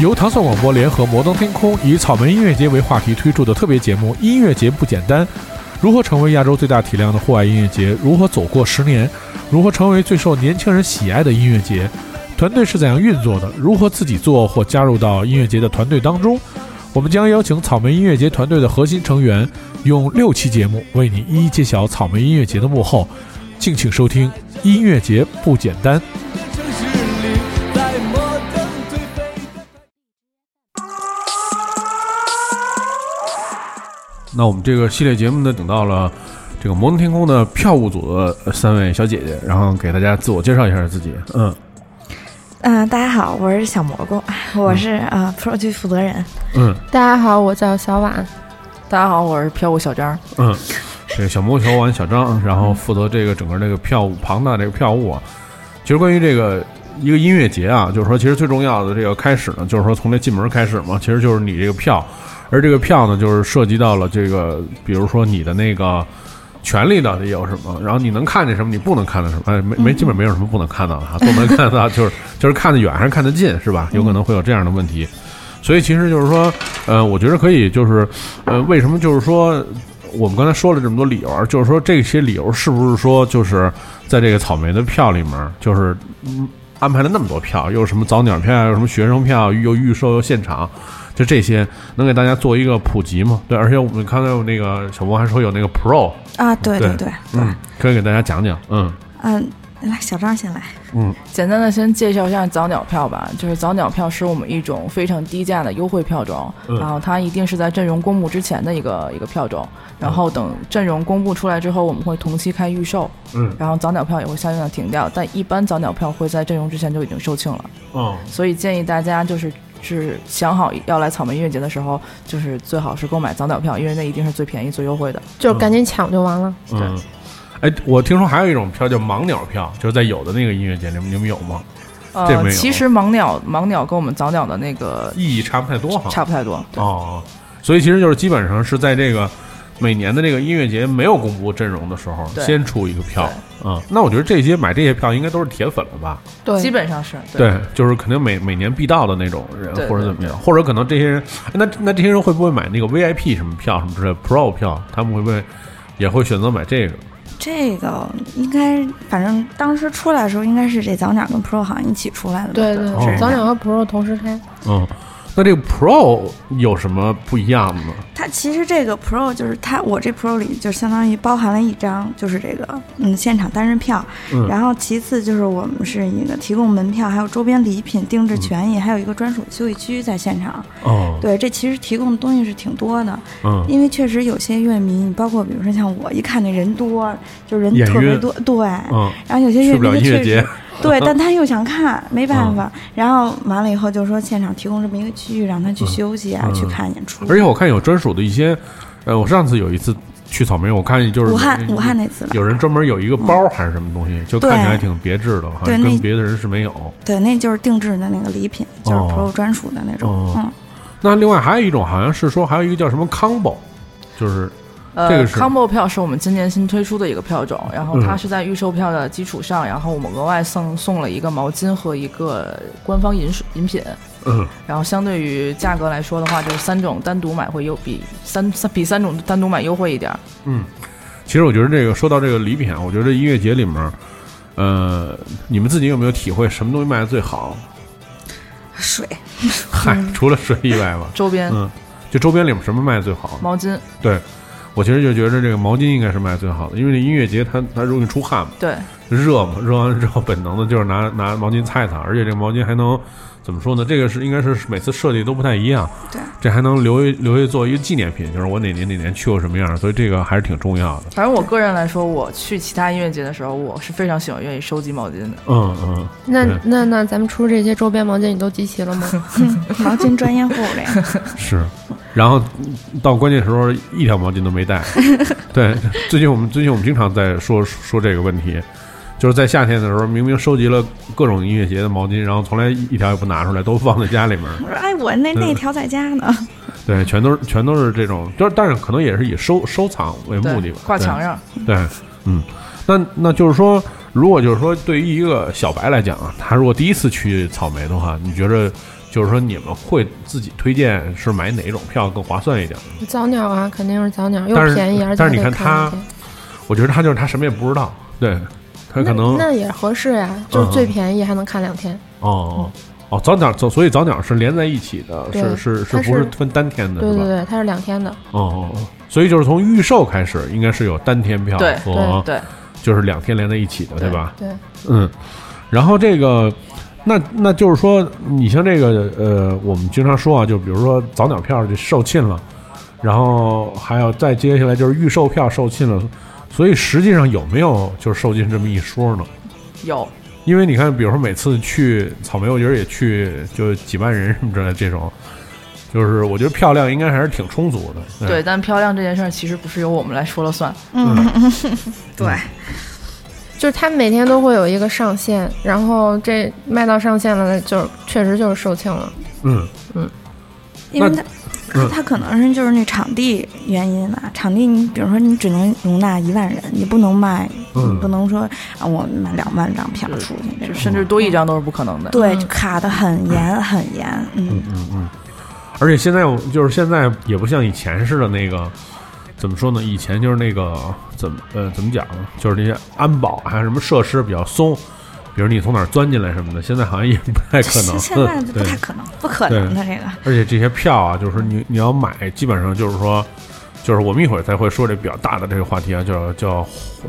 由唐宋广播联合摩登天空以草莓音乐节为话题推出的特别节目《音乐节不简单》，如何成为亚洲最大体量的户外音乐节？如何走过十年？如何成为最受年轻人喜爱的音乐节？团队是怎样运作的？如何自己做或加入到音乐节的团队当中？我们将邀请草莓音乐节团队的核心成员，用六期节目为你一一揭晓草莓音乐节的幕后。敬请收听《音乐节不简单》。城市里，在摩登颓废的。那我们这个系列节目呢，等到了这个摩登天空的票务组的呃三位小姐姐，然后给大家自我介绍一下自己。嗯嗯、大家好，我是小蘑菇，我是啊、p r o j e c t 负责人。嗯大家好，我叫小婉。大家好，我是飘舞小张。嗯，这个小魔球玩小张，然后负责这个整个这个票务庞大这个票务啊。其实关于这个一个音乐节啊，就是说其实最重要的这个开始呢，就是说从这进门开始嘛，其实就是你这个票，而这个票呢，就是涉及到了这个，比如说你的那个。权利到底有什么？然后你能看见什么？你不能看到什么？哎，没没，基本没有什么不能看到的啊，都能看到，就是就是看得远还是看得近，是吧？有可能会有这样的问题。所以其实就是说，呃，我觉得可以，就是呃，为什么就是说，我们刚才说了这么多理由啊，就是说这些理由是不是说就是在这个草莓的票里面，就是嗯安排了那么多票，又有什么早鸟票，又有什么学生票，又预售又现场。就这些能给大家做一个普及吗？对，而且我们刚才有那个小博还说有那个 Pro，啊，对对对对，嗯，可以给大家讲讲，嗯嗯、来小张先来。简单的先介绍一下早鸟票吧，就是早鸟票是我们一种非常低价的优惠票种，嗯然后它一定是在阵容公布之前的一个一个票种，然后等阵容公布出来之后，我们会同期开预售，嗯然后早鸟票也会相应的停掉，但一般早鸟票会在阵容之前就已经售罄了，哦，所以建议大家就是。是想好要来草莓音乐节的时候，就是最好是购买早鸟票，因为那一定是最便宜、最优惠的。就是赶紧抢就完了。嗯，哎，我听说还有一种票叫盲鸟票，就是在有的那个音乐节里面，你们有吗？这没有呃，其实盲鸟盲鸟跟我们早鸟的那个意义差不太多哈，差不太多。对哦，所以其实就是基本上是在这个每年的这个音乐节没有公布阵容的时候，对先出一个票。嗯，那我觉得这些买这些票应该都是铁粉了吧？对，基本上是对。哦对，就是肯定每每年必到的那种人，对或者怎么样，或者可能这些人，哎那那这些人会不会买那个 VIP 什么票什么之类的 Pro 票？他们会不会也会选择买这个？这个应该，反正当时出来的时候，应该是这早鸟跟 Pro 好像一起出来的吧。对对，哦对早鸟和 Pro 同时开。嗯，那这个 Pro 有什么不一样的吗？它其实这个 Pro 就是它，我这 Pro 里就相当于包含了一张，就是这个嗯现场单人票，嗯然后其次就是我们是一个提供门票，还有周边礼品、定制权嗯益，还有一个专属休息区在现场。哦，对，这其实提供的东西是挺多的，嗯，因为确实有些乐迷，你包括比如说像我，一看那人多，就人眼特别晕多，对，嗯，然后有些去乐不了迷音他乐确节嗯实， 对，但他又想看，没办法。然后完了以后就说现场提供这么一个区域让他去休息啊，嗯去看演出。而且我看有专属的一些，呃，我上次有一次去草莓，我看就是武汉有武汉那次吧，有人专门有一个包还是什么东西，就看起来挺别致的，好像对跟那别的人是没有。对，那就是定制的那个礼品，就是哦 Pro 专属的那种。哦嗯，那另外还有一种，好像是说还有一个叫什么 combo，就是呃这个是 combo 票是我们今年新推出的一个票种，然后嗯它是在预售票的基础上，然后我们额外送送了一个毛巾和一个官方饮水饮品，嗯然后相对于价格来说的话，就是三种单独买会优比三三比三种单独买优惠一点儿。嗯。其实我觉得这个说到这个礼品啊，我觉得这音乐节里面，呃，你们自己有没有体会什么东西卖的最好？水嗨，嗯除了水以外吧，周边、嗯，就周边里面什么卖的最好？毛巾，对，我其实就觉得这个毛巾应该是卖得最好的，因为这音乐节它它容易出汗嘛，对热嘛，热完之后本能的就是拿 拿毛巾擦一擦，而且这个毛巾还能怎么说呢？这个是应该是每次设计都不太一样，对，这还能留一留一作为一个纪念品，就是我哪年哪年去过什么样，所以这个还是挺重要的。反正我个人来说，我去其他音乐节的时候，我是非常喜欢愿意收集毛巾的。嗯嗯，那对那那咱们出这些周边毛巾你都集齐了吗？ 毛巾专业户这个， 是。然后到关键时候一条毛巾都没带。对，最近我们最近我们经常在说说这个问题，就是在夏天的时候，明明收集了各种音乐节的毛巾，然后从来一条也不拿出来，都放在家里面。我说哎，我嗯那那条在家呢。对，全都是全都是这种，就是但是可能也是以收收藏为对目的吧，挂墙上。对。对，嗯，那那就是说，如果就是说对于一个小白来讲啊，他如果第一次去草莓的话，你觉着就是说你们会自己推荐是买哪种票更划算一点？早鸟啊，肯定是早鸟，又但是便宜，而且但是你还得看他一天我觉得他就是他什么也不知道，对他可能嗯那那也合适呀、就是最便宜还能看两天。哦哦早鸟早，所以早鸟是连在一起的，对是是是它是不是分单天的对是吧对？对，它是两天的。哦哦哦，所以就是从预售开始，应该是有单天票对和对，就是两天连在一起的，对吧？对，嗯，然后这个，那那就是说，你像这个呃，我们经常说啊，就比如说早鸟票就售罄了，然后还有再接下来就是预售票售罄了，所以实际上有没有就是售罄这么一说呢？有因为你看，比如说每次去草莓，我觉得也去就几万人什么之类的这种，就是我觉得票量应该还是挺充足的。嗯对，但漂亮这件事儿其实不是由我们来说了算，嗯，对，就是它每天都会有一个上限，然后这卖到上限了，就是确实就是售罄了。嗯，因为那它嗯它可能是就是那场地原因啊，场地你比如说你只能容纳一万人，你不能卖，嗯你不能说啊我买两万张票出去那就种，甚嗯至多一张都是不可能的。对，嗯就卡的很严很严，嗯，而且现在我就是现在也不像以前似的那个，怎么说呢？以前就是那个怎么呃怎么讲呢？就是那些安保还有什么设施比较松，比如你从哪儿钻进来什么的，现在好像也不太可能。现现在嗯不太对可能，不可能的这个，而且这些票啊，就是你你要买，基本上就是说，就是我们一会儿才会说这比较大的这个话题啊，叫叫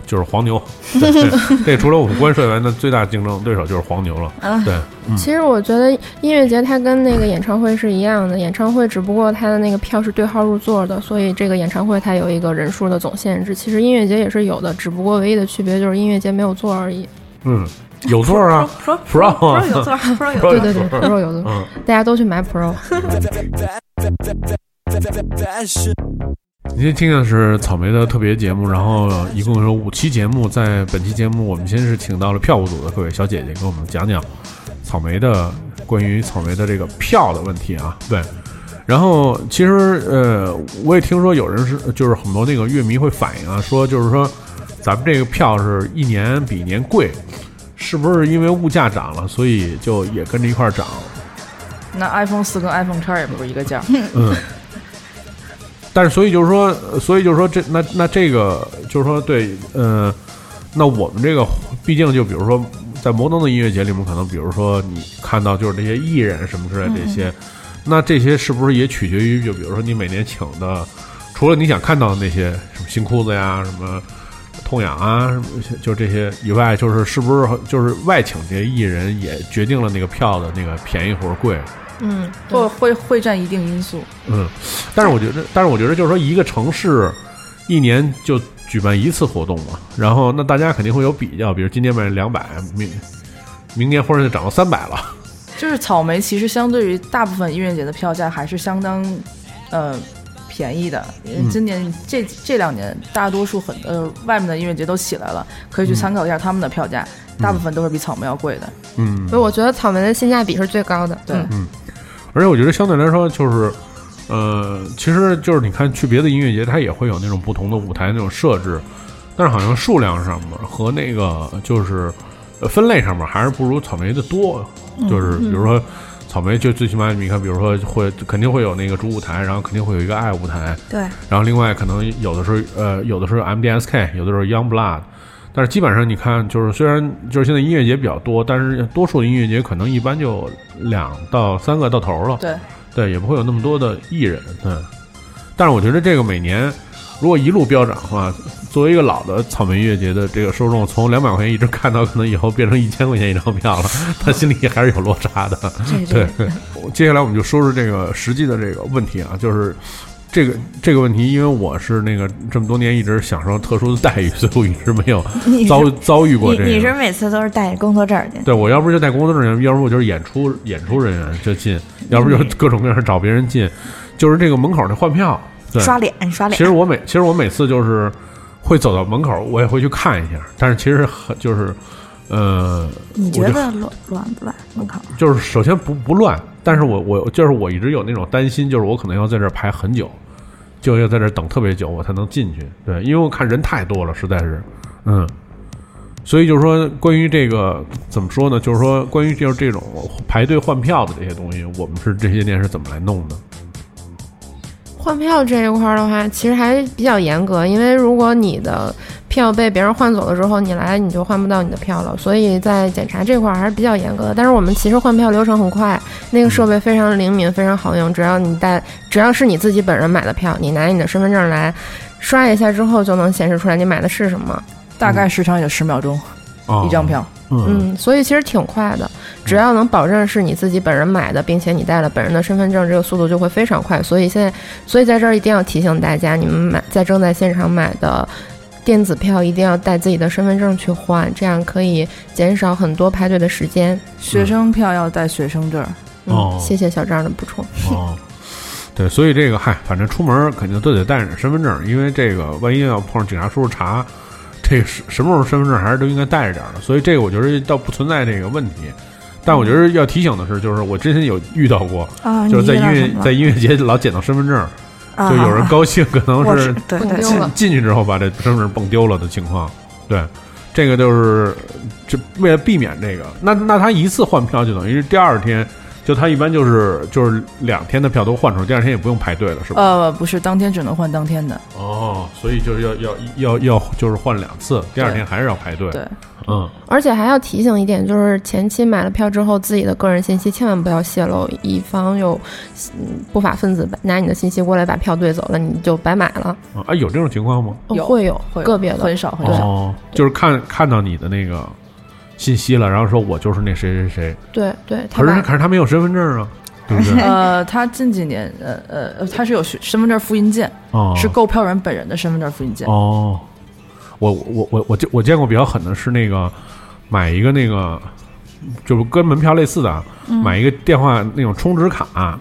就是黄牛。对对这除了我们关税完的最大竞争对手就是黄牛了。嗯对，嗯其实我觉得音乐节它跟那个演唱会是一样的，演唱会只不过它的那个票是对号入座的，所以这个演唱会它有一个人数的总限制。其实音乐节也是有的，只不过唯一的区别就是音乐节没有座而已。嗯，有座儿啊，Pro ，Pro 啊 Pro 有座，Pro 有座对对对，Pro 有的，嗯，大家都去买 Pro。但是您听的是草莓的特别节目，然后一共有五期节目。在本期节目，我们先是请到了票务组的各位小姐姐，给我们讲讲草莓的关于草莓的这个票的问题啊。对，然后其实呃，我也听说有人是就是很多那个乐迷会反映啊，说就是说咱们这个票是一年比一年贵，是不是因为物价涨了，所以就也跟着一块儿涨？那 iPhone 四跟 iPhone 叉也不是一个价儿，嗯，但是所以就是说，呃所以就是说这那那这个就是说对，呃，那我们这个毕竟就比如说在摩登的音乐节里面，可能比如说你看到就是这些艺人什么之类的这些，那这些是不是也取决于就比如说你每年请的，除了你想看到的那些什么新裤子呀什么。痛痒啊，什么就这些以外，就是是不是就是外请这些艺人也决定了那个票的那个便宜或者贵？啊嗯，会会会占一定因素。嗯，但是我觉得，但是我觉得就是说，一个城市一年就举办一次活动嘛，然后那大家肯定会有比较，比如今年卖两百，明明年忽然就涨到三百了。就是草莓其实相对于大部分音乐节的票价还是相当，呃，便宜的。因嗯为今年这这两年，大多数很呃外面的音乐节都起来了，可以去参考一下他们的票价，大部分都是比草莓要贵的。嗯所以我觉得草莓的性价比是最高的。对嗯而且我觉得相对来说就是，呃，其实就是你看去别的音乐节，它也会有那种不同的舞台那种设置，但是好像数量上面和那个就是呃分类上面还是不如草莓的多。就是比如说草莓，就最起码你看，比如说会肯定会有那个主舞台，然后肯定会有一个爱舞台，对，然后另外可能有的时候呃，有的时候 MDSK，有的时候 Youngblood，但是基本上你看，就是虽然就是现在音乐节比较多，但是多数的音乐节可能一般就两到三个到头了，对，对，也不会有那么多的艺人，对。但是我觉得这个每年如果一路飙涨的话，作为一个老的草莓音乐节的这个受众，从两百块钱一直看到可能以后变成一千块钱一张 票了，他心里还是有落差的。这对这，我接下来我们就说说这个实际的这个问题啊，就是这个这个问题，因为我是那个这么多年一直享受特殊的待遇，所以我一直没有你遭是遭遇过你这你是个。每次都是带着工作证儿去，对，我要不就带工作人员，要不我就是演出演出人员就进，要不就是各种各样找别人进，就是这个门口那换票，对，刷脸刷脸其，实我每其实我每次就是会走到门口，我也会去看一下，但是其实很就是，呃，你我觉就得乱乱不乱？门口就是首先不不乱，但是我我就是我一直有那种担心，就是我可能要在这儿排很久，就要在这儿等特别久，我才能进去。对，因为我看人太多了，实在是，嗯，所以就是说，关于这个怎么说呢？就是说，关于就是这种排队换票的这些东西，我们是这些年是怎么来弄的？换票这一块儿的话，其实还比较严格，因为如果你的票被别人换走了之后，你来你就换不到你的票了，所以在检查这块儿还是比较严格的。但是我们其实换票流程很快，那个设备非常灵敏，非常好用，只要你带，只要是你自己本人买的票，你拿你的身份证来刷一下之后，就能显示出来你买的是什么。大概时长也就十秒钟啊一张，票。嗯嗯，所以其实挺快的，只要能保证是你自己本人买的，并且你带了本人的身份证，这个速度就会非常快。所以现在，所以在这儿一定要提醒大家，你们买在正在现场买的电子票，一定要带自己的身份证去换，这样可以减少很多排队的时间。学生票要带学生证儿，嗯，哦谢谢小张的补充。哦，对，所以这个嗨，反正出门肯定都得带着你的身份证，因为这个万一要碰上警察叔叔查，这个什什么时候身份证还是都应该带着点儿的。所以这个我觉得倒不存在这个问题，但我觉得要提醒的是，就是我之前有遇到过，啊，就是在你音乐遇到什么了在音乐节老捡到身份证，啊就有人高兴，可我能是是对蹦对丢对了 进进去之后把这身份证蹦丢了的情况。对，这个就是这为了避免这个，那那他一次换票就等于是第二天，就他一般就是就是两天的票都换出来，第二天也不用排队了，是吧？呃，不是当天只能换当天的，哦，所以就是要要要要就是换两次，第二对天还是要排队。对，嗯，而且还要提醒一点，就是前期买了票之后，自己的个人信息千万不要泄露，以防有嗯不法分子拿你的信息过来把票兑走了，你就白买了。啊，有这种情况吗？哦有会有会有个别的很少很少。哦，就是看看到你的那个信息了，然后说我就是那谁谁谁，对对，他可是把可是他没有身份证啊，对不 对？呃，他近几年，呃呃呃，他是有学身份证复印件，哦，是购票人本人的身份证复印件。哦，我我我我见我见过比较狠的是那个买一个那个就是跟门票类似的啊，嗯嗯买一个电话那种充值卡，啊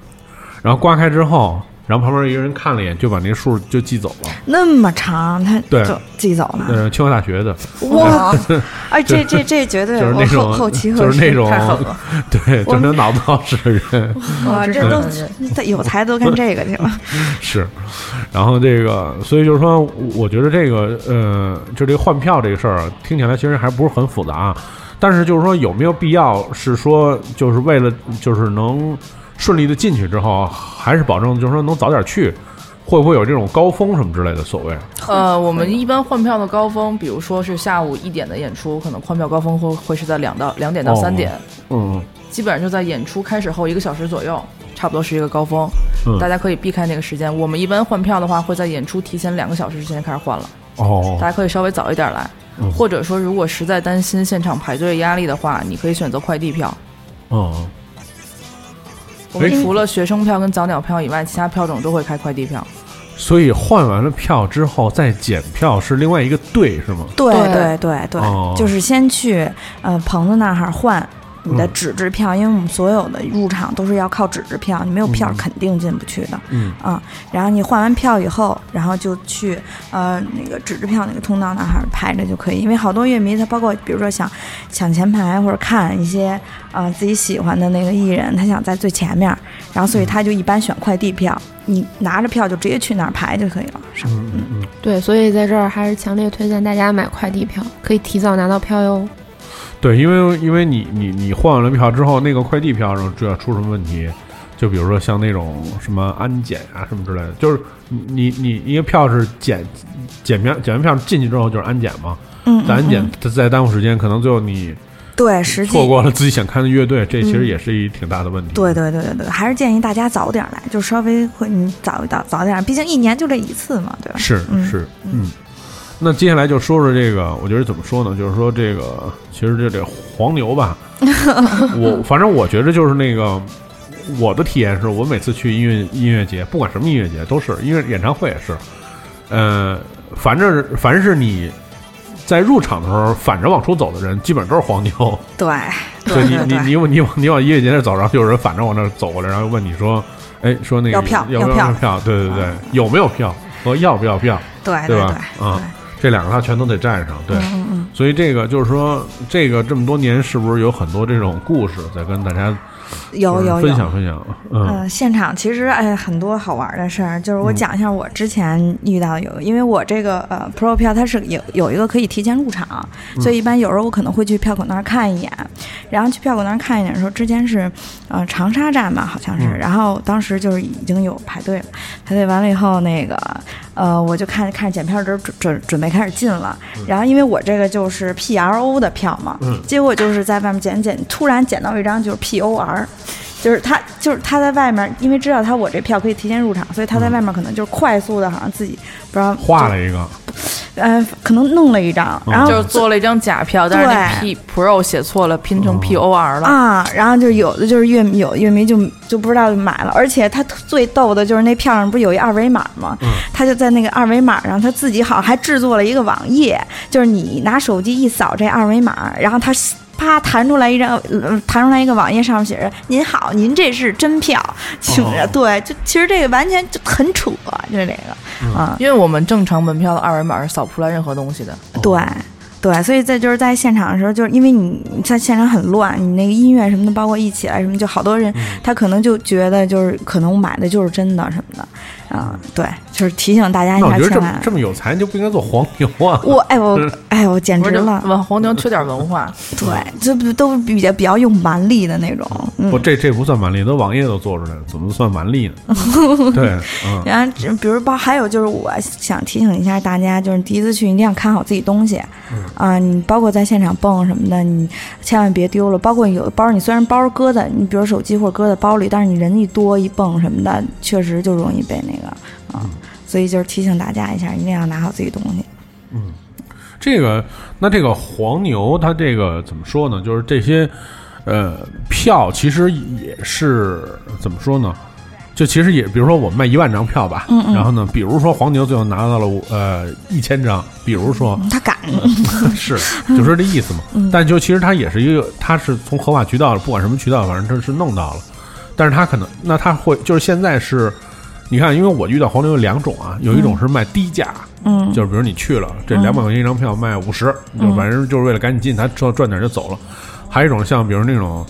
然后刮开之后，然后旁边一个人看了一眼就把那数就记走了。那么长，他对就记走了。呃，清华大学的，哇，哎，这这这绝对就是我那种后后期就是那种太狠了， 对，就我是那脑子好使的人啊哇，啊嗯这都他有才都干这个去了。是。然后这个，所以就是说，我我觉得这个呃，就这个换票这个事儿，啊听起来其实还不是很复杂啊。但是就是说，有没有必要是说，就是为了就是能顺利的进去之后，啊还是保证就是说能早点去，会不会有这种高峰什么之类的所谓？呃，我们一般换票的高峰，比如说是下午一点的演出，可能换票高峰会会是在两到两点到三点，嗯基本上就在演出开始后一个小时左右，差不多是一个高峰，嗯大家可以避开那个时间。我们一般换票的话，会在演出提前两个小时之前开始换了，哦大家可以稍微早一点来。嗯或者说，如果实在担心现场排队压力的话，你可以选择快递票。嗯我们哎除了学生票跟早鸟票以外，其他票种都会开快递票。所以换完了票之后再检票是另外一个队是吗？ 对对对对对哦，就是先去呃棚子那儿换你的嗯纸质票，因为我们所有的入场都是要靠纸质票，你没有票肯定进不去的。嗯啊，然后你换完票以后，然后就去呃那个纸质票那个通道那儿排着就可以，因为好多乐迷他包括比如说想抢前排或者看一些啊、呃自己喜欢的那个艺人，他想在最前面儿，然后所以他就一般选快递票，你拿着票就直接去那儿排就可以了。是吧嗯嗯嗯。对，所以在这儿还是强烈推荐大家买快递票，可以提早拿到票哟。对，因为因为你你你换完了票之后，那个快递票上主要出什么问题？就比如说像那种什么安检啊什么之类的，就是你你你一个票是检检票检完票进去之后就是安检嘛，嗯，在安检嗯嗯再耽误时间，可能最后你对，实际错过了自己想看的乐队，这其实嗯也是一挺大的问题。对对对对对，还是建议大家早点来，就稍微会你早一早早点，毕竟一年就这一次嘛，对吧？是嗯是，嗯。那接下来就说说这个，我觉得怎么说呢？就是说这个，其实这这黄牛 吧，我反正我觉得就是那个，我的体验是我每次去音乐音乐节，不管什么音乐节都是，音乐演唱会也是，呃，反正凡是你在入场的时候反着往出走的人，基本都是黄牛。对就对你对你对，你往你往你往音乐节那儿走，然后就有人反着往那儿走过来，然后问你说，哎，说那个要票啊要要不票票？对对对，有没有票和要不要票？对对哎对吧啊对，这两个他全都得占上，对，嗯嗯，所以这个就是说，这个这么多年是不是有很多这种故事在跟大家有有分有。享分享？嗯嗯，现场其实哎很多好玩的事儿，就是我嗯讲一下我之前遇到有，因为我这个呃 Pro 票它是有有一个可以提前入场，所嗯以一般有时候我可能会去票口那儿看一眼，然后去票口那儿看一眼的时候，之前是呃长沙站吧好像是，嗯然后当时就是已经有排队了，排队完了以后那个呃我就看看检票这儿准准准备开始进了，然后因为我这个就是 PRO 的票嘛，嗯结果就是在外面捡捡，突然捡到一张就是 POR。就是他，就是他在外面，因为知道他我这票可以提前入场，所以他在外面可能就是快速的，好像自己不知道嗯画了一个，就，呃，可能弄了一张，嗯然后就是做了一张假票，但是那 P Pro 写错了，拼哦成 P O R 了。啊，然后就有的就是乐迷有的乐迷就就不知道买了，而且他最逗的就是那票上不是有一二维码吗？嗯他就在那个二维码上，他自己好像还制作了一个网页，就是你拿手机一扫这二维码，然后他啪弹出来一张，呃弹出来一个网页，上面写着“您好，您这是真票，请着”哦对，就其实这个完全就很扯，就是这个啊、因为我们正常门票的二维码是扫不出来任何东西的，哦对。对，所以在就是在现场的时候，就是因为你你在现场很乱，你那个音乐什么的，包括一起来什么，就好多人、嗯他可能就觉得就是可能我买的就是真的什么的，啊、对，就是提醒大家一那我下觉得这千么万。这么有才，你就不应该做黄牛啊！我哎我哎我简不直是嗯了，文黄牛缺点文化，对，这不都比较比较用蛮力的那种，嗯不，，这这不算蛮力，都网页都做出来了，怎么算蛮力呢？ 对，嗯，然后这比如包还有就是，我想提醒一下大家，就是第一次去一定要看好自己东西，啊、你包括在现场蹦什么的，你千万别丢了。包括有的包，你虽然包搁在你比如手机或者搁在包里，但是你人一多一蹦什么的，确实就容易被那个啊。所以就是提醒大家一下，一定要拿好自己东西。这个那这个黄牛，它这个怎么说呢？就是这些呃票，其实也是怎么说呢？就其实也，比如说我卖一万张票吧，嗯嗯然后呢，比如说黄牛最后拿到了五呃一千张，比如说他敢， 是，就说这意思嘛。嗯但就其实它也是一个，它是从合法渠道，不管什么渠道，反正它是弄到了。但是它可能，那它会就是现在是，你看，因为我遇到黄牛有两种啊，有一种是卖低价，嗯，就是比如你去了，这两百块钱一张票卖五十、就反正就是为了赶紧进，他赚赚点就走了。还有一种像比如那种，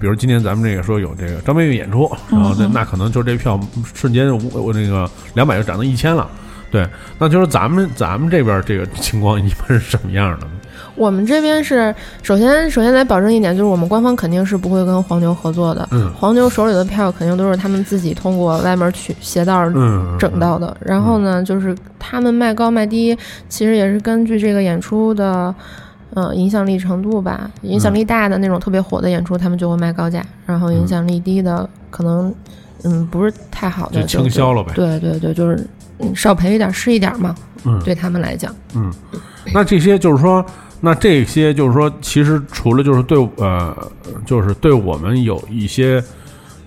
比如今天咱们这个说有这个张曼玉演出，然后那那可能就这票瞬间五我那个两百就涨到一千了。对，那就是咱们咱们这边这个情况一般是什么样的呢？我们这边是首先首先来保证一点，就是我们官方肯定是不会跟黄牛合作的。嗯黄牛手里的票肯定都是他们自己通过歪门取邪道嗯，整到的。然后呢，就是他们卖高卖低，其实也是根据这个演出的。呃，影响力程度吧，嗯影响力大的那种特别火的演出，他们就会卖高价；然后影响力低的，可能，嗯，不是太好的就倾销了呗。对对对，就是嗯少赔一点是一点嘛，嗯对他们来讲。那这些就是说，那这些就是说，其实除了就是对呃，就是对我们有一些，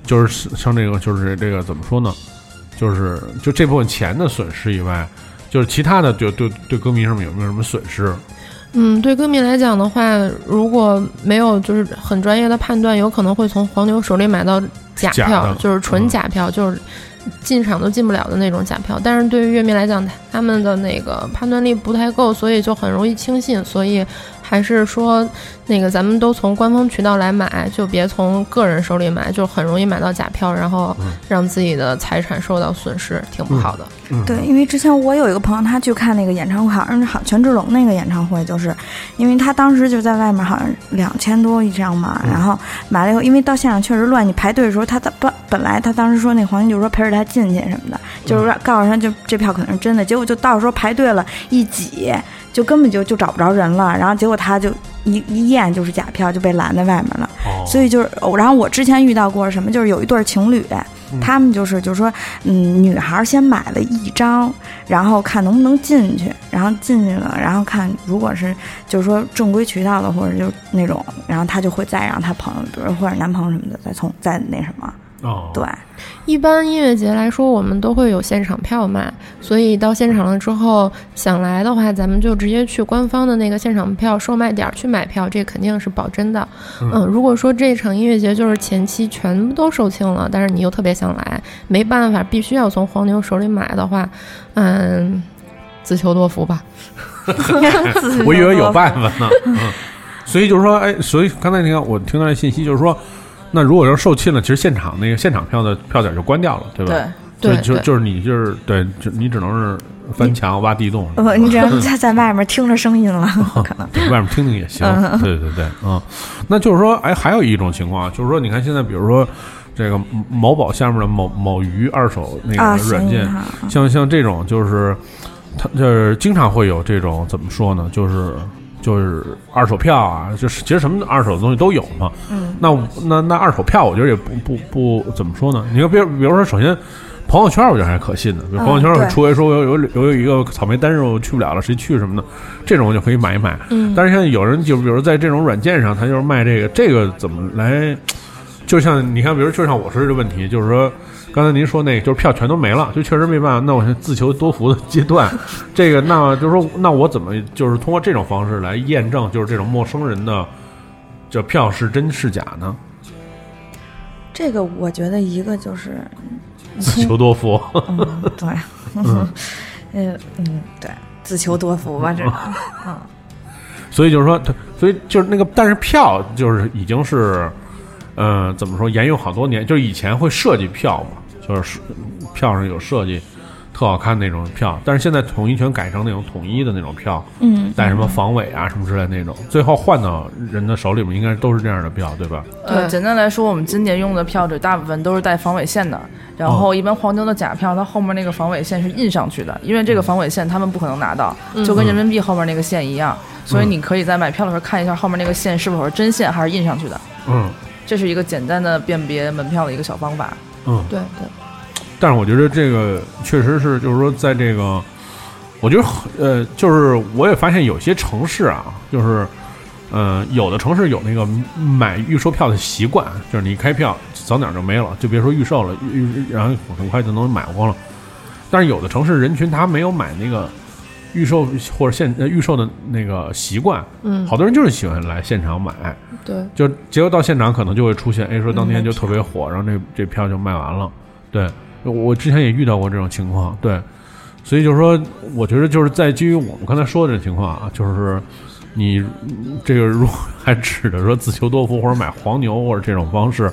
就是像这个就是这个怎么说呢，就是就这部分钱的损失以外，就是其他的就对对歌迷上面有没有什么损失？嗯，对歌迷来讲的话，如果没有就是很专业的判断，有可能会从黄牛手里买到假假票，的就是纯嗯假票，就是进场都进不了的那种假票。但是对于乐迷来讲，他们的那个判断力不太够，所以就很容易轻信。所以还是说，那个咱们都从官方渠道来买，就别从个人手里买，就很容易买到假票，然后嗯让自己的财产受到损失，挺不好的。嗯，对，因为之前我有一个朋友，他去看那个演唱会，好像是好权志龙那个演唱会，就是因为他当时就在外面，好像两千多一张嘛，然后买了以后，因为到现场确实乱，你排队的时候，他他本本来他当时说那黄牛就说陪着他进去什么的，就是让告诉他就这票可能是真的，结果就到时候排队了一挤，就根本就就找不着人了，然后结果他就一一验就是假票，就被拦在外面了。哦，所以就是，哦然后我之前遇到过什么，就是有一对儿情侣，嗯他们就是就是说，嗯，女孩儿先买了一张，然后看能不能进去，然后进去了，然后看如果是就是说正规渠道的或者就是那种，然后他就会再让他朋友，比如或者男朋友什么的，再从再那什么，哦，对，一般音乐节来说，我们都会有现场票卖，所以到现场了之后，想来的话，咱们就直接去官方的那个现场票售卖点儿去买票，这肯定是保真的。嗯嗯，如果说这场音乐节就是前期全部都售罄了，但是你又特别想来，没办法，必须要从黄牛手里买的话，嗯，自求多福吧。我以为 有办法呢。嗯，所以就是说，哎，所以刚才你看，我听到的信息就是说，那如果要是售罄了，其实现场那个现场票的票点就关掉了，对吧？对，就对就对就是你就是对，就你只能是翻墙挖地洞，我嗯你只能在在外面听着声音了，可能。对 外面听听也行。对对对，嗯，那就是说，哎，还有一种情况，就是说，你看现在，比如说这个某宝下面的某某鱼二手那啊，个行软件，哈，嗯像像这种就是，它就是经常会有这种怎么说呢？就是就是二手票啊，就是其实什么二手的东西都有嘛。嗯，那那那二手票，我觉得也不不不怎么说呢？你看，比如比如说，首先。朋友圈我觉得还可信的，比如朋友圈嗯对我出来说我有有有一个草莓单日我去不了了，谁去什么的，这种我就可以买一买。嗯但是像有人就比如在这种软件上，他就是卖这个，这个怎么来？就像你看，比如就像我说这个问题，就是说刚才您说那个，就是票全都没了，就确实没办法。那我是自求多福的阶段，这个那就是说，那我怎么就是通过这种方式来验证，就是这种陌生人的这票是真是假呢？这个我觉得一个就是，自 求多福，嗯，对， 嗯嗯，对，自求多福吧，这个，嗯，所以就是说，它所以就是那个，但是票就是已经是，呃，怎么说，沿用好多年，就是以前会设计票嘛，就是票上有设计。特好看那种票，但是现在统一全改成那种统一的那种票，嗯，带什么防伪啊什么之类那种，最后换到人的手里面应该都是这样的票，对吧？呃，对简单来说，我们今年用的票纸大部分都是带防伪线的，然后一般黄牛的假票，它后面那个防伪线是印上去的，因为这个防伪线他们不可能拿到，嗯就跟人民币后面那个线一样，所以你可以在买票的时候看一下后面那个线是否是真线还是印上去的，嗯这是一个简单的辨别门票的一个小方法。嗯。对对，但是我觉得这个确实是，就是说在这个，我觉得很呃，就是我也发现有些城市啊，就是呃，有的城市有那个买预售票的习惯，就是你一开票早点就没了，就别说预售了，预预然后很快就能买光了。但是有的城市人群他没有买那个预售或者现呃预售的那个习惯，嗯，好多人就是喜欢来现场买，对嗯就结果到现场可能就会出现，哎，说当天就特别火，然后这这票就卖完了。对，我之前也遇到过这种情况，对，所以就是说，我觉得就是在基于我们刚才说的这情况啊，就是你嗯这个如果还指着说自求多福或者买黄牛或者这种方式，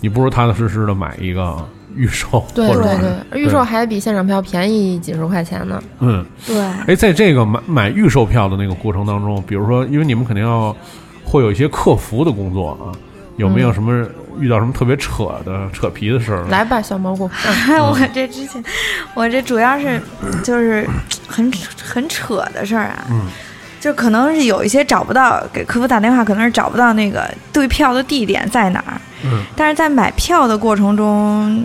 你不如踏踏实实的买一个预售，对或者对是对，预售还比现场票便宜几十块钱呢。嗯。对，哎，在这个买买预售票的那个过程当中，比如说，因为你们肯定要会有一些客服的工作啊，有没嗯有什么遇到什么特别扯的、扯皮的事儿？来吧，小蘑菇，嗯 我这之前，我这主要是就是很很扯的事儿啊，就可能是有一些找不到给客服打电话，可能是找不到那个兑票的地点在哪儿，嗯但是在买票的过程中。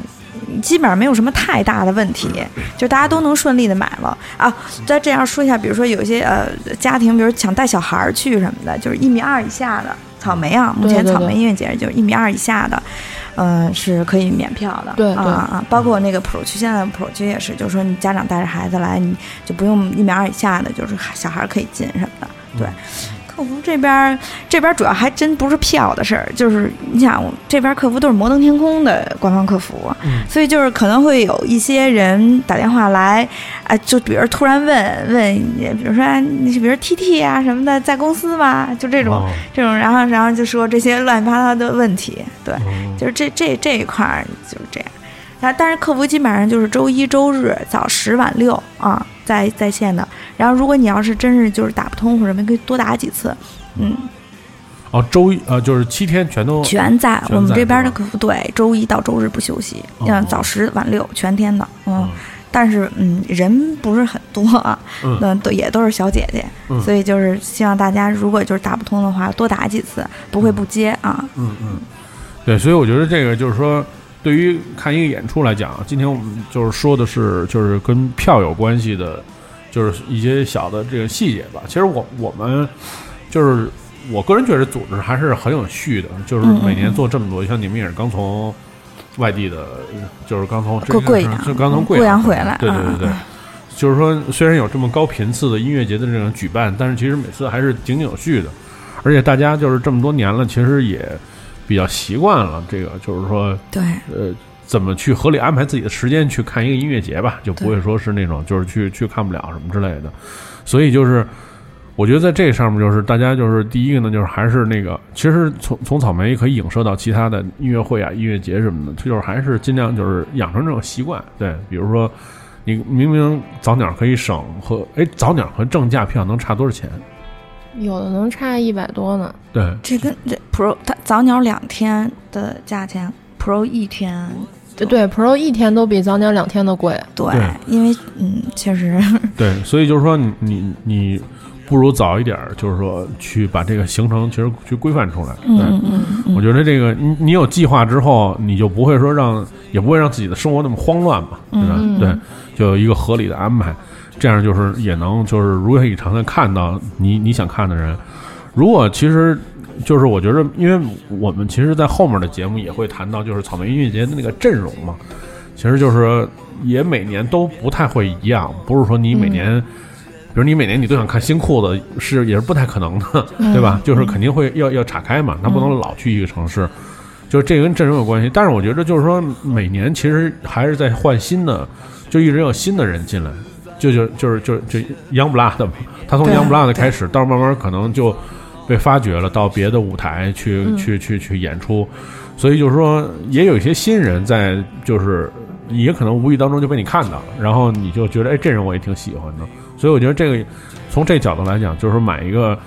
基本上没有什么太大的问题，就大家都能顺利的买了啊。再这样说一下，比如说有一些呃家庭，比如想带小孩儿去什么的，就是一米二以下的草莓啊，目对前对草对莓音乐节就是一米二以下的，嗯、是可以免票的。对啊对啊，包括那个普区，现在普区也是，就是说你家长带着孩子来，你就不用一米二以下的，就是小孩可以进什么的。对，嗯客服这边儿这边儿主要还真不是票的事儿，就是你想我这边儿客服都是摩登天空的官方客服，嗯所以就是可能会有一些人打电话来，哎，就比如突然问问你，比如说哎你是比如 TT 啊什么的在公司吗？就这种、哦这种，然后然后就说这些乱七八糟的问题，对，嗯就是这这这一块儿就是这样。然后，但是客服基本上就是周一、周日早十晚六啊，在在线的。然后，如果你要是真是就是打不通或者没，可以多打几次，嗯，哦，周一呃，就是七天全都全在全我们在这边的是吧客服对，周一到周日不休息，哦嗯，早十晚六全天的，嗯嗯。但是，嗯，人不是很多啊，嗯嗯，都也都是小姐姐，嗯所以就是希望大家如果就是打不通的话，多打几次，不会不接啊。嗯嗯，对，所以我觉得这个就是说，对于看一个演出来讲，今天我们就是说的是就是跟票有关系的，就是一些小的这个细节吧。其实我我们就是我个人觉得组织还是很有序的，就是嗯嗯每年做这么多，像你们也是刚从外地的，就是刚从过贵就阳，刚从贵阳阳回来，对对嗯对对嗯。就是说，虽然有这么高频次的音乐节的这种举办，但是其实每次还是井井有序的，而且大家就是这么多年了，其实也比较习惯了这个，就是说，对，呃，怎么去合理安排自己的时间去看一个音乐节吧，就不会说是那种就是去去看不了什么之类的。所以就是，我觉得在这上面就是大家就是第一个呢，就是还是那个，其实从从草莓可以影射到其他的音乐会啊、音乐节什么的，就是还是尽量就是养成这种习惯。对，比如说你明明早鸟可以省和哎早鸟和正价票能差多少钱？有的能差一百多呢。对，这跟这 Pro 它早鸟两天的价钱，Pro 一天，对对，Pro 一天都比早鸟两天的贵。对，对因为嗯，确实 对，所以就是说你你你不如早一点儿，就是说去把这个行程其实去规范出来。对嗯嗯嗯，我觉得这个你你有计划之后，你就不会说让也不会让自己的生活那么慌乱嘛，对吧？嗯对，就有一个合理的安排，这样就是也能就是如愿以偿的看到你你想看的人。如果其实就是我觉得，因为我们其实，在后面的节目也会谈到，就是草莓音乐节的那个阵容嘛，其实就是也每年都不太会一样，不是说你每年，比如你每年你都想看新裤子，是也是不太可能的，对嗯吧？就是肯定会要要岔开嘛，他不能老去一个城市，就是这跟阵容有关系。但是我觉得就是说，每年其实还是在换新的，就一直有新的人进来，就就就是就就央布拉的嘛，他从对央布拉的开始，到慢慢可能就被发掘了，到别的舞台去、嗯去去去演出。所以就是说，也有一些新人在，就是也可能无意当中就被你看到了，然后你就觉得，哎，这人我也挺喜欢的。所以我觉得这个从这角度来讲，就是说买一个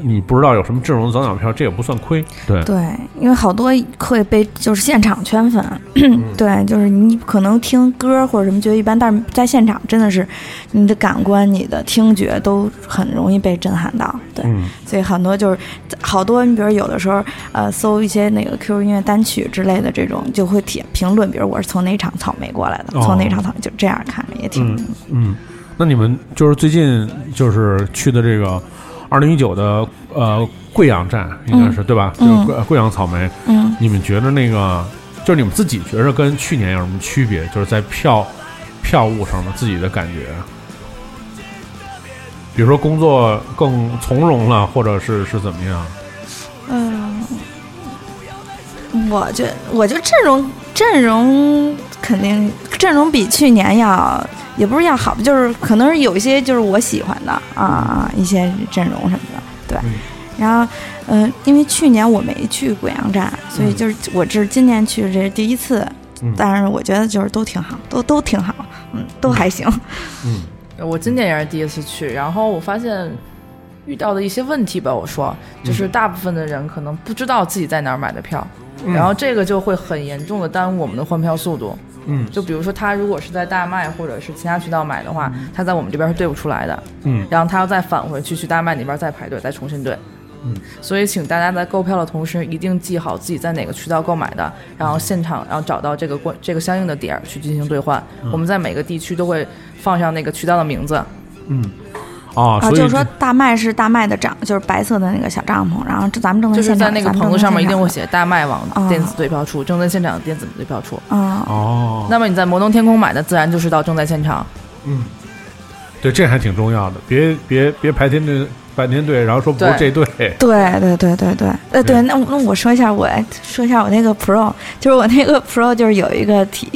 你不知道有什么阵容的早鸟票，这也不算亏。对，对，因为好多会被就是现场圈粉，嗯 对，就是你可能听歌或者什么觉得一般，但是在现场真的是你的感官、你的听觉都很容易被震撼到，对，嗯，所以很多就是好多，你比如有的时候呃搜一些那个 QQ 音乐单曲之类的这种，就会帖评论，比如我是从哪场草莓过来的，哦从哪场草莓就这样看着也挺、嗯嗯，那你们就是最近就是去的这个二零一九的呃贵阳站，应该是、对吧？就嗯是贵呃贵阳草莓，嗯，你们觉得那个就是你们自己觉得跟去年有什么区别？就是在票票务上的自己的感觉，比如说工作更从容了，或者是是怎么样？嗯，我觉我觉得阵容阵容肯定阵容比去年要也不是要好，就是可能是有一些就是我喜欢的啊、一些阵容什么的，对。嗯然后，嗯、因为去年我没去贵阳站，所以就是我这是今年去这是第一次，嗯但是我觉得就是都挺好，都都挺好，嗯，都还行。嗯我今年也是第一次去，然后我发现遇到的一些问题吧，我说嗯就是大部分的人可能不知道自己在哪儿买的票，嗯然后这个就会很严重的耽误我们的换票速度。嗯就比如说他如果是在大麦或者是其他渠道买的话，他在我们这边是对不出来的，嗯然后他要再返回去去大麦那边再排队再重新对。嗯，所以请大家在购票的同时，一定记好自己在哪个渠道购买的，然后现场，然后找到这个关这个相应的点儿去进行兑换。我们在每个地区都会放上那个渠道的名字，嗯，啊，啊，所以就是这说大麦是大麦的帐，就是白色的那个小帐篷，然后这咱们正在就是嗯现在场，那个咱们棚子正上在面一现定会场写大麦网啊电子对标处、正在现场电子对标处。嗯，哦，那么你在摩登天空买的，自然就是到正在现场。嗯，对，这还挺重要的，别别别排天队半天队，然后说不是这对队，对对对对对，呃对，那我那我说一下我说一下我那个 Pro，就是我那个 Pro 就是有一个体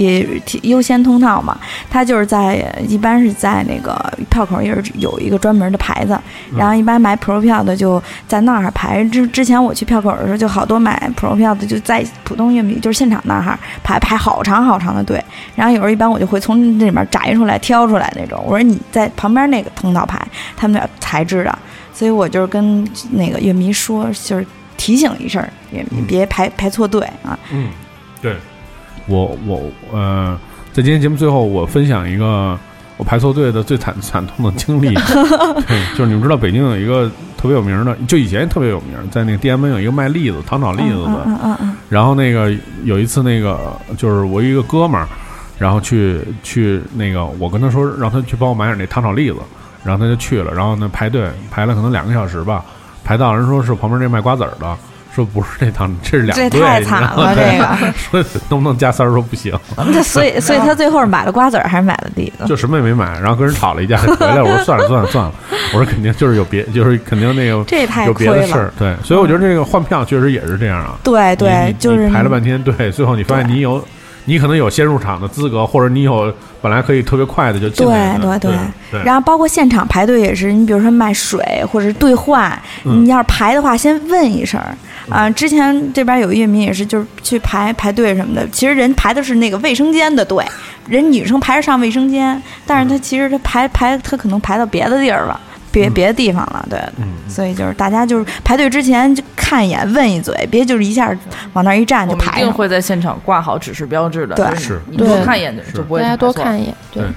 体优先通道嘛，它就是在一般是在那个票口也是有一个专门的牌子，然后一般买 Pro 票的就在那儿排。之之前我去票口的时候，就好多买 Pro 票的就在普通乐迷就是现场那儿排排好长好长的队，然后有时候一般我就会从那里面摘出来挑出来那种，我说你在旁边那个通道排，他们那才知道。所以我就是跟那个乐迷说，就是提醒一声儿，乐迷嗯别排排错队啊。嗯，对，我我呃，在今天节目最后，我分享一个我排错队的最惨惨痛的经 历，对，就是你们知道北京有一个特别有名的，就以前特别有名，在那个地安门有一个卖栗子、糖炒栗子的，嗯嗯嗯然后那个有一次，那个就是我一个哥们儿，然后去去那个，我跟他说让他去帮我买点那糖炒栗子，然后他就去了，然后呢排队排了可能两个小时吧，排到人说是旁边这卖瓜子儿的，说不是这糖，这是两这队，太惨 了，这个能不能加三儿说不行，个。 那所以，所以他最后是买了瓜子儿还是买了栗子？就什么也没买，然后跟人吵了一架，回来我说算了算了算了，我说肯定就是有别，就是肯定那个这也太有别亏的事了。嗯儿，对，所以我觉得这个换票确实也是这样啊，对对你，就是你排了半天队，最后你发现对你有你可能有先入场的资格，或者你有本来可以特别快的就进来的。对对对对然后包括现场排队也是，你比如说卖水或者是兑换，嗯你要是排的话，先问一声儿啊、之前这边有乐迷也是，就是去排排队什么的，其实人排的是那个卫生间的队，人女生排着上卫生间，但是她其实她排排她可能排到别的地儿了。别嗯别的地方了，对，嗯所以就是大家就是排队之前就看一眼问一嘴，别就是一下往那儿一站我就们一排定上了。会在现场挂好指示标志的，对就是你你多对看一眼是就不大会家多买错。看一眼，对对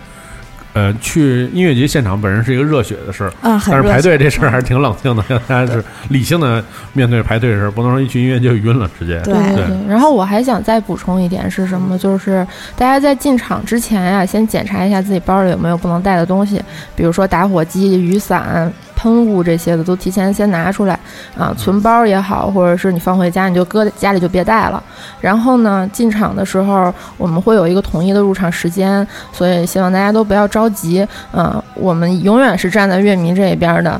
呃，去音乐节现场本身是一个热血的事儿，嗯，很但是热排情。队这事儿还是挺冷静的， 大家是理性的面对排队的事儿，不能说一去音乐就晕了直接。对对对对。然后我还想再补充一点是什么？就是大家在进场之前呀、先检查一下自己包里有没有不能带的东西，比如说打火机、雨伞、喷雾这些的，都提前先拿出来啊，存包也好，或者是你放回家，你就搁家里就别带了。然后呢，进场的时候我们会有一个统一的入场时间，所以希望大家都不要着急。啊，我们永远是站在乐迷这一边的。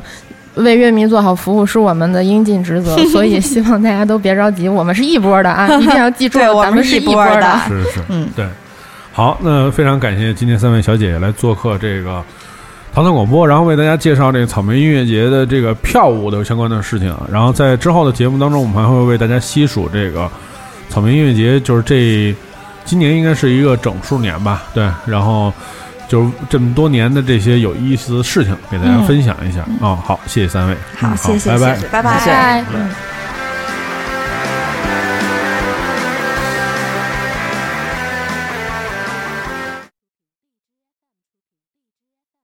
为乐迷做好服务是我们的应尽职责，所以希望大家都别着急，我们是一波 的啊，一定要记住，对我咱们是是一波波的的。是是，嗯，对。好，那非常感谢今天三位小姐姐来做客这个唐唐广播，然后为大家介绍这个草莓音乐节的这个票务的相关的事情啊。然后在之后的节目当中，我们还会为大家细数这个草莓音乐节，就是这今年应该是一个整数年吧？对，然后。就是这么多年的这些有意思的事情，给大家分享一下啊、好，谢谢三位，嗯好，谢谢，拜拜谢谢，拜拜。谢谢嗯